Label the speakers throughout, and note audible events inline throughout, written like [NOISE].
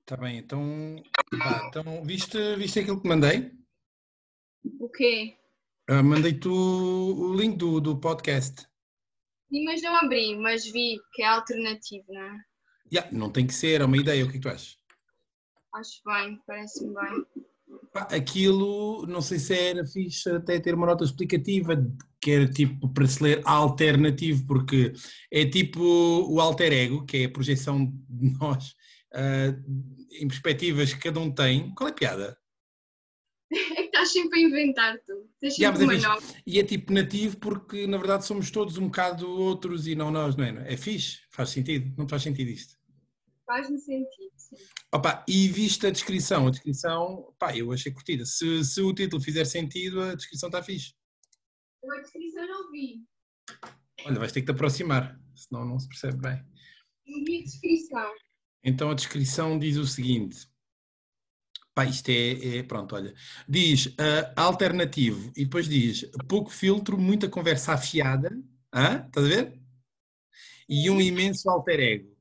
Speaker 1: Está bem, então, pá, então viste, viste aquilo que mandei?
Speaker 2: O quê?
Speaker 1: Ah, Mandei-te o, o link do, do podcast.
Speaker 2: Sim, mas não abri, mas vi que é alternativo, não é?
Speaker 1: Ya, não tem que ser, é uma ideia, o que é que tu achas?
Speaker 2: Acho bem, parece-me bem. [LAUGHS]
Speaker 1: Pá, aquilo, não sei se era fixe até ter uma nota explicativa, que era tipo para se ler alternativo, porque é tipo o alter ego, que é a projeção de nós ah, em perspectivas que cada um tem. Qual é a piada?
Speaker 2: É que estás sempre a inventar tu. Tens
Speaker 1: Ya,
Speaker 2: sempre
Speaker 1: mas é
Speaker 2: uma
Speaker 1: fixe.
Speaker 2: nova.
Speaker 1: E é tipo nativo porque na verdade somos todos um bocado outros e não nós, não é? É fixe? Faz sentido? Não faz sentido isto?
Speaker 2: Faz-me sentido. Sim.
Speaker 1: Opa, e vista a descrição, a descrição, pá, eu achei curtida. Se, se o título fizer sentido, a descrição está fixe.
Speaker 2: Eu a descrição não vi.
Speaker 1: Olha, vais ter que te aproximar, senão não se percebe bem.
Speaker 2: Não vi a Um descrição.
Speaker 1: Então a descrição diz o seguinte. Pá, isto é, é- pronto, olha. Diz ah, alternativo e depois diz pouco filtro, muita conversa afiada. Hã? Estás a ver? E um imenso alter ego.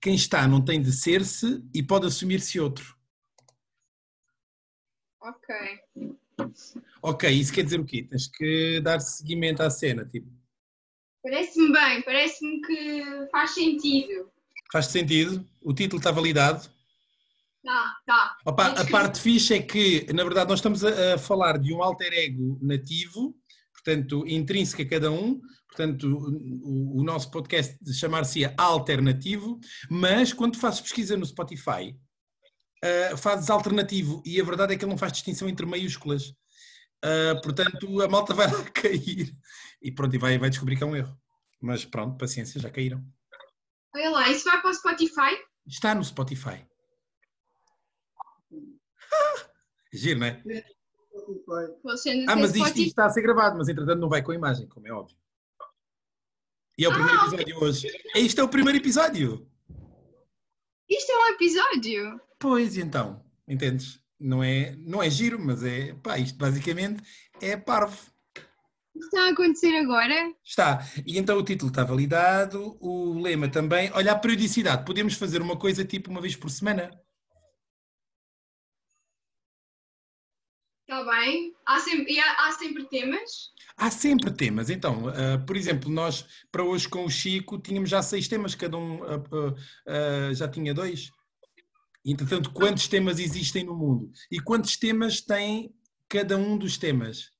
Speaker 1: Quem está não tem de ser-se e pode assumir-se outro.
Speaker 2: Ok.
Speaker 1: Ok, isso quer dizer o quê? Tens que dar seguimento à cena, tipo,
Speaker 2: Parece-me bem, parece-me que faz sentido.
Speaker 1: faz sentido, o título está validado.
Speaker 2: Tá, tá.
Speaker 1: Opa,
Speaker 2: Tens
Speaker 1: a
Speaker 2: que-
Speaker 1: parte fixe é que, na verdade, nós estamos a, a falar de um alter ego nativo, portanto, intrínseco a cada um, portanto, o, o nosso podcast chamar-se Alternativo, mas quando fazes pesquisa no Spotify, ah, fazes alternativo e a verdade é que ele não faz distinção entre maiúsculas. Ah, portanto, a malta vai [LAUGHS] lá cair e pronto, e vai, vai descobrir que é um erro. Mas pronto, paciência, já caíram.
Speaker 2: Olha lá, isso vai para o Spotify?
Speaker 1: Está no Spotify. [LAUGHS] Giro, não é?
Speaker 2: Você não
Speaker 1: Ah,
Speaker 2: tem
Speaker 1: mas isto,
Speaker 2: assim, Spotify.
Speaker 1: isto está a ser gravado, mas entretanto não vai com a imagem, como é óbvio. E é o primeiro episódio hoje. Este é o primeiro episódio.
Speaker 2: Isto é um episódio?
Speaker 1: Pois, e então, entendes? Não é, não é giro, mas é, pá, isto basicamente é parvo.
Speaker 2: O que está a acontecer agora?
Speaker 1: Está. E então o título está validado, o lema também. Olha, a periodicidade. Podemos fazer uma coisa tipo uma vez por semana.
Speaker 2: Está Tá bem. Há sempre, e há- há sempre temas?
Speaker 1: Há sempre temas, então, ah, por exemplo, nós para hoje com o Chico tínhamos já seis temas, cada um ah, ah, ah, já tinha dois. Entretanto, quantos temas existem no mundo? E quantos temas tem cada um dos temas?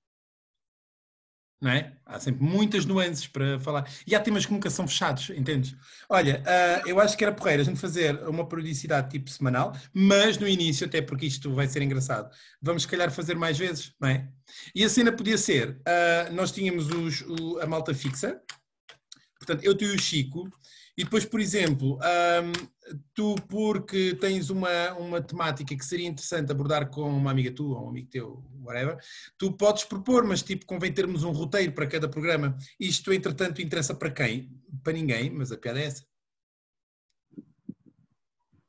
Speaker 1: Não é? Há sempre muitas nuances para falar. E há temas que nunca são fechados, entendes? Olha, ah, eu acho que era porreira a gente fazer uma periodicidade tipo semanal, mas no início, até porque isto vai ser engraçado, vamos se calhar fazer mais vezes, não é? E a cena podia ser: ah, nós tínhamos os- o- a malta fixa, portanto, eu, tu e o Chico, e depois, por exemplo, ahm, tu, porque tens uma, uma temática que seria interessante abordar com uma amiga tua ou um amigo teu, whatever, tu podes propor, mas tipo, convém termos um roteiro para cada programa. Isto, entretanto, interessa para quem? Para ninguém, mas a piada é essa.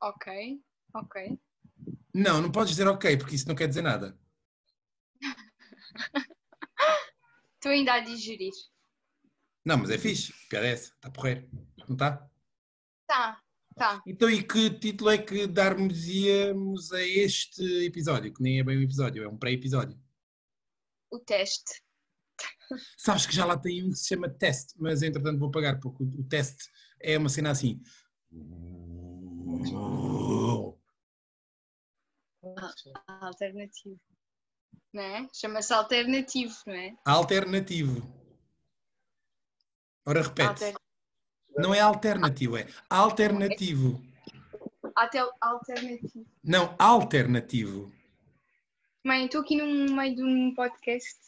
Speaker 2: Ok, ok.
Speaker 1: Não, não podes dizer ok, porque isso não quer dizer nada.
Speaker 2: Estou ainda a digerir.
Speaker 1: Não, mas é fixe, a piada é essa, está porreiro, não está?
Speaker 2: Tá, tá.
Speaker 1: Então, e que título é que darmos a este episódio? Que nem é bem um episódio, é um pré-episódio.
Speaker 2: O teste.
Speaker 1: Sabes que já lá tem um que se chama teste, mas entretanto vou pagar porque o o teste é uma cena assim.
Speaker 2: Alternativo. Não é? Chama-se alternativo, não é?
Speaker 1: Alternativo. Ora, repete.
Speaker 2: Alter-
Speaker 1: Não é alternativo, é alternativo.
Speaker 2: Até alternativo.
Speaker 1: Não, alternativo.
Speaker 2: Mãe, estou aqui no meio de um podcast.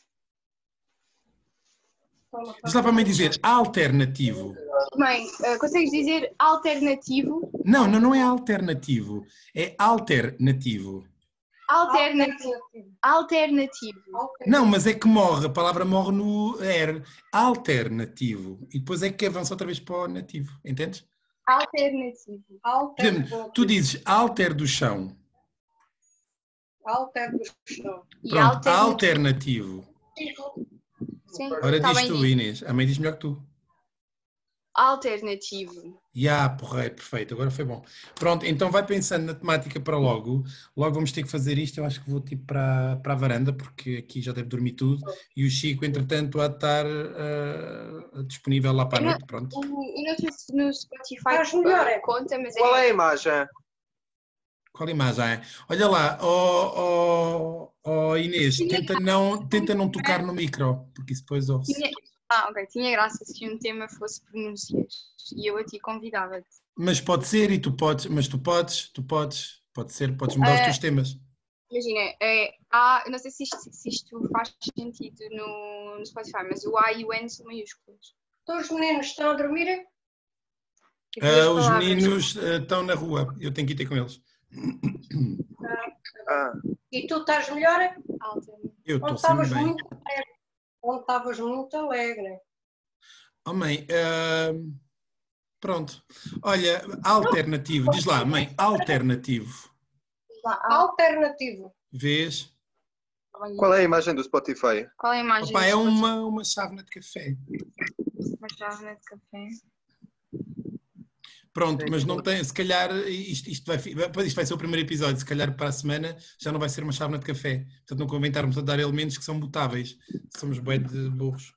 Speaker 1: Mas dá para me dizer alternativo.
Speaker 2: Mãe, eh, consegues dizer alternativo?
Speaker 1: Não, não, não é alternativo. É alternativo.
Speaker 2: Alternativo. Alternativo.
Speaker 1: Não, mas é que morre, a palavra morre no R. Alternativo. E depois é que avança outra vez para o nativo, entendes?
Speaker 2: Alternativo.
Speaker 1: Por exemplo, tu dizes alter do chão.
Speaker 3: Alter do chão.
Speaker 2: E
Speaker 1: Pronto,
Speaker 2: alternativo.
Speaker 1: alternativo.
Speaker 2: Sim,
Speaker 1: Ora,
Speaker 2: tá
Speaker 1: diz
Speaker 2: bem
Speaker 1: tu,
Speaker 2: dito.
Speaker 1: Inês. A mãe diz melhor que tu.
Speaker 2: alternativo.
Speaker 1: Ya, porrei, ah, perfeito, agora foi bom. Pronto, então vai pensando na temática para logo. Logo vamos ter que fazer isto. Eu acho que vou tipo para, para a varanda, porque aqui já deve dormir tudo. E o Chico, entretanto, há de estar ah, disponível lá para a
Speaker 2: Eu não-
Speaker 1: noite. Pronto.
Speaker 2: O- Eu não sei se no Spotify
Speaker 3: Mas melhor é-
Speaker 2: eh, conta, mas
Speaker 3: Qual é
Speaker 2: é
Speaker 3: a imagem?
Speaker 1: Qual imagem? é. Olha lá, ó ó ó, Inês, tenta não, tenta não tocar no micro, porque isso depois ouve
Speaker 2: Tinha- Ah, ok. Tinha graça se um tema fosse pronúncias e eu a ti convidava-te.
Speaker 1: Mas pode ser e tu podes, mas tu podes, tu podes, pode ser, podes mudar os
Speaker 2: Eh,
Speaker 1: teus temas.
Speaker 2: Imagina, é, há, eu não sei se isto, se isto faz sentido no, no Spotify, mas o A e o N são maiúsculos.
Speaker 4: Todos os meninos estão a dormir?
Speaker 2: E
Speaker 1: Ah,
Speaker 2: duas
Speaker 1: os
Speaker 2: palavras.
Speaker 1: meninos ah, estão na rua, eu tenho que ir ter com eles.
Speaker 3: Ah,
Speaker 4: E tu estás melhor?
Speaker 2: Alta.
Speaker 1: Eu
Speaker 4: Onde
Speaker 1: estou
Speaker 4: estavas
Speaker 1: sempre bem.
Speaker 4: muito alegre. Onde estavas muito alegre.
Speaker 1: Oh, mãe, ah, pronto. Olha, alternativo, diz lá, mãe, alternativo.
Speaker 2: Lá, A,
Speaker 4: Alternativo.
Speaker 1: Vês?
Speaker 3: qual é a imagem do Spotify?
Speaker 2: Qual é a imagem?
Speaker 1: Opa, é
Speaker 2: do
Speaker 1: uma, uma chávena de café.
Speaker 2: Spotify? Uma chávena de café.
Speaker 1: Pronto, mas não tem, se calhar, isto, isto vai, fi- pois isto vai ser o primeiro episódio, se calhar para a semana já não vai ser uma chávena de café. Portanto, não convém estarmos a dar elementos que são mutáveis. Somos bem de burros.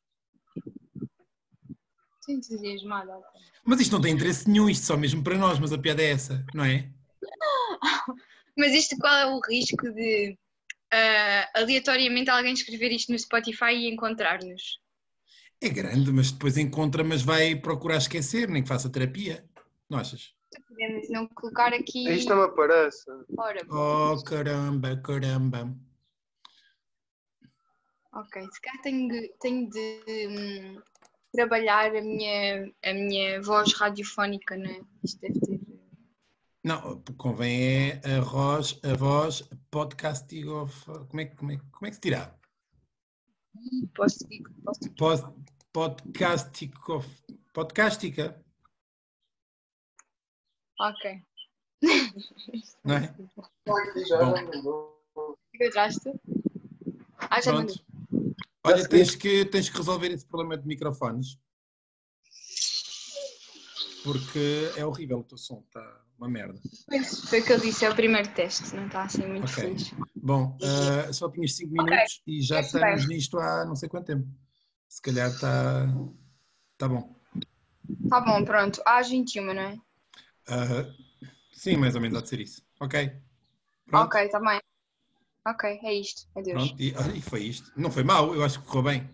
Speaker 2: Estou entusiasmada. Alta.
Speaker 1: Mas isto não tem interesse nenhum, isto só mesmo para nós, mas a piada é essa, não é?
Speaker 2: Mas isto qual é o risco de ah, aleatoriamente alguém escrever isto no Spotify e encontrar-nos?
Speaker 1: É grande, mas depois encontra, mas vai procurar esquecer, nem que faça terapia. Não achas?
Speaker 2: Podemos não colocar aqui.
Speaker 3: Isto é não me aparece.
Speaker 2: Ora,
Speaker 1: Oh, caramba, caramba.
Speaker 2: Ok, se calhar tenho, de- tenho de hum, trabalhar a minha, a minha voz radiofónica, não é? Isto deve ter.
Speaker 1: Não, convém é a voz, a voz, podcasting of... Como é, que- como é, que- como é que se dirá?
Speaker 2: Posso, posso
Speaker 1: Pod, podcastico, podcastica,
Speaker 2: Ok. [LAUGHS]
Speaker 1: não é?
Speaker 2: Encontraste? Ah, já mandei.
Speaker 1: Pronto. Olha, tens que, tens que resolver esse problema de microfones. Porque é horrível o teu som, está uma merda.
Speaker 2: Pois, Foi o que eu disse, é o primeiro teste, não está assim muito
Speaker 1: Ok.
Speaker 2: feliz.
Speaker 1: Bom, ah, só tinhas 5 minutos e já
Speaker 2: Parece
Speaker 1: estamos nisto há não sei quanto tempo. Se calhar está tá bom.
Speaker 2: Tá bom, pronto. Às 21, não é?
Speaker 1: Ah, sim, mais ou menos há de ser isso. Ok. Pronto.
Speaker 2: Ok, está bem. Ok, é isto. Adeus.
Speaker 1: Pronto. E, olha, e foi isto. Não foi mal, eu acho que correu bem.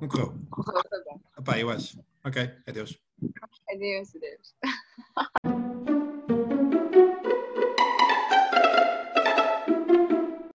Speaker 1: Não correu.
Speaker 2: Correu, foi bom.
Speaker 1: Epá, eu acho. Ok, adeus.
Speaker 2: Adeus, adeus.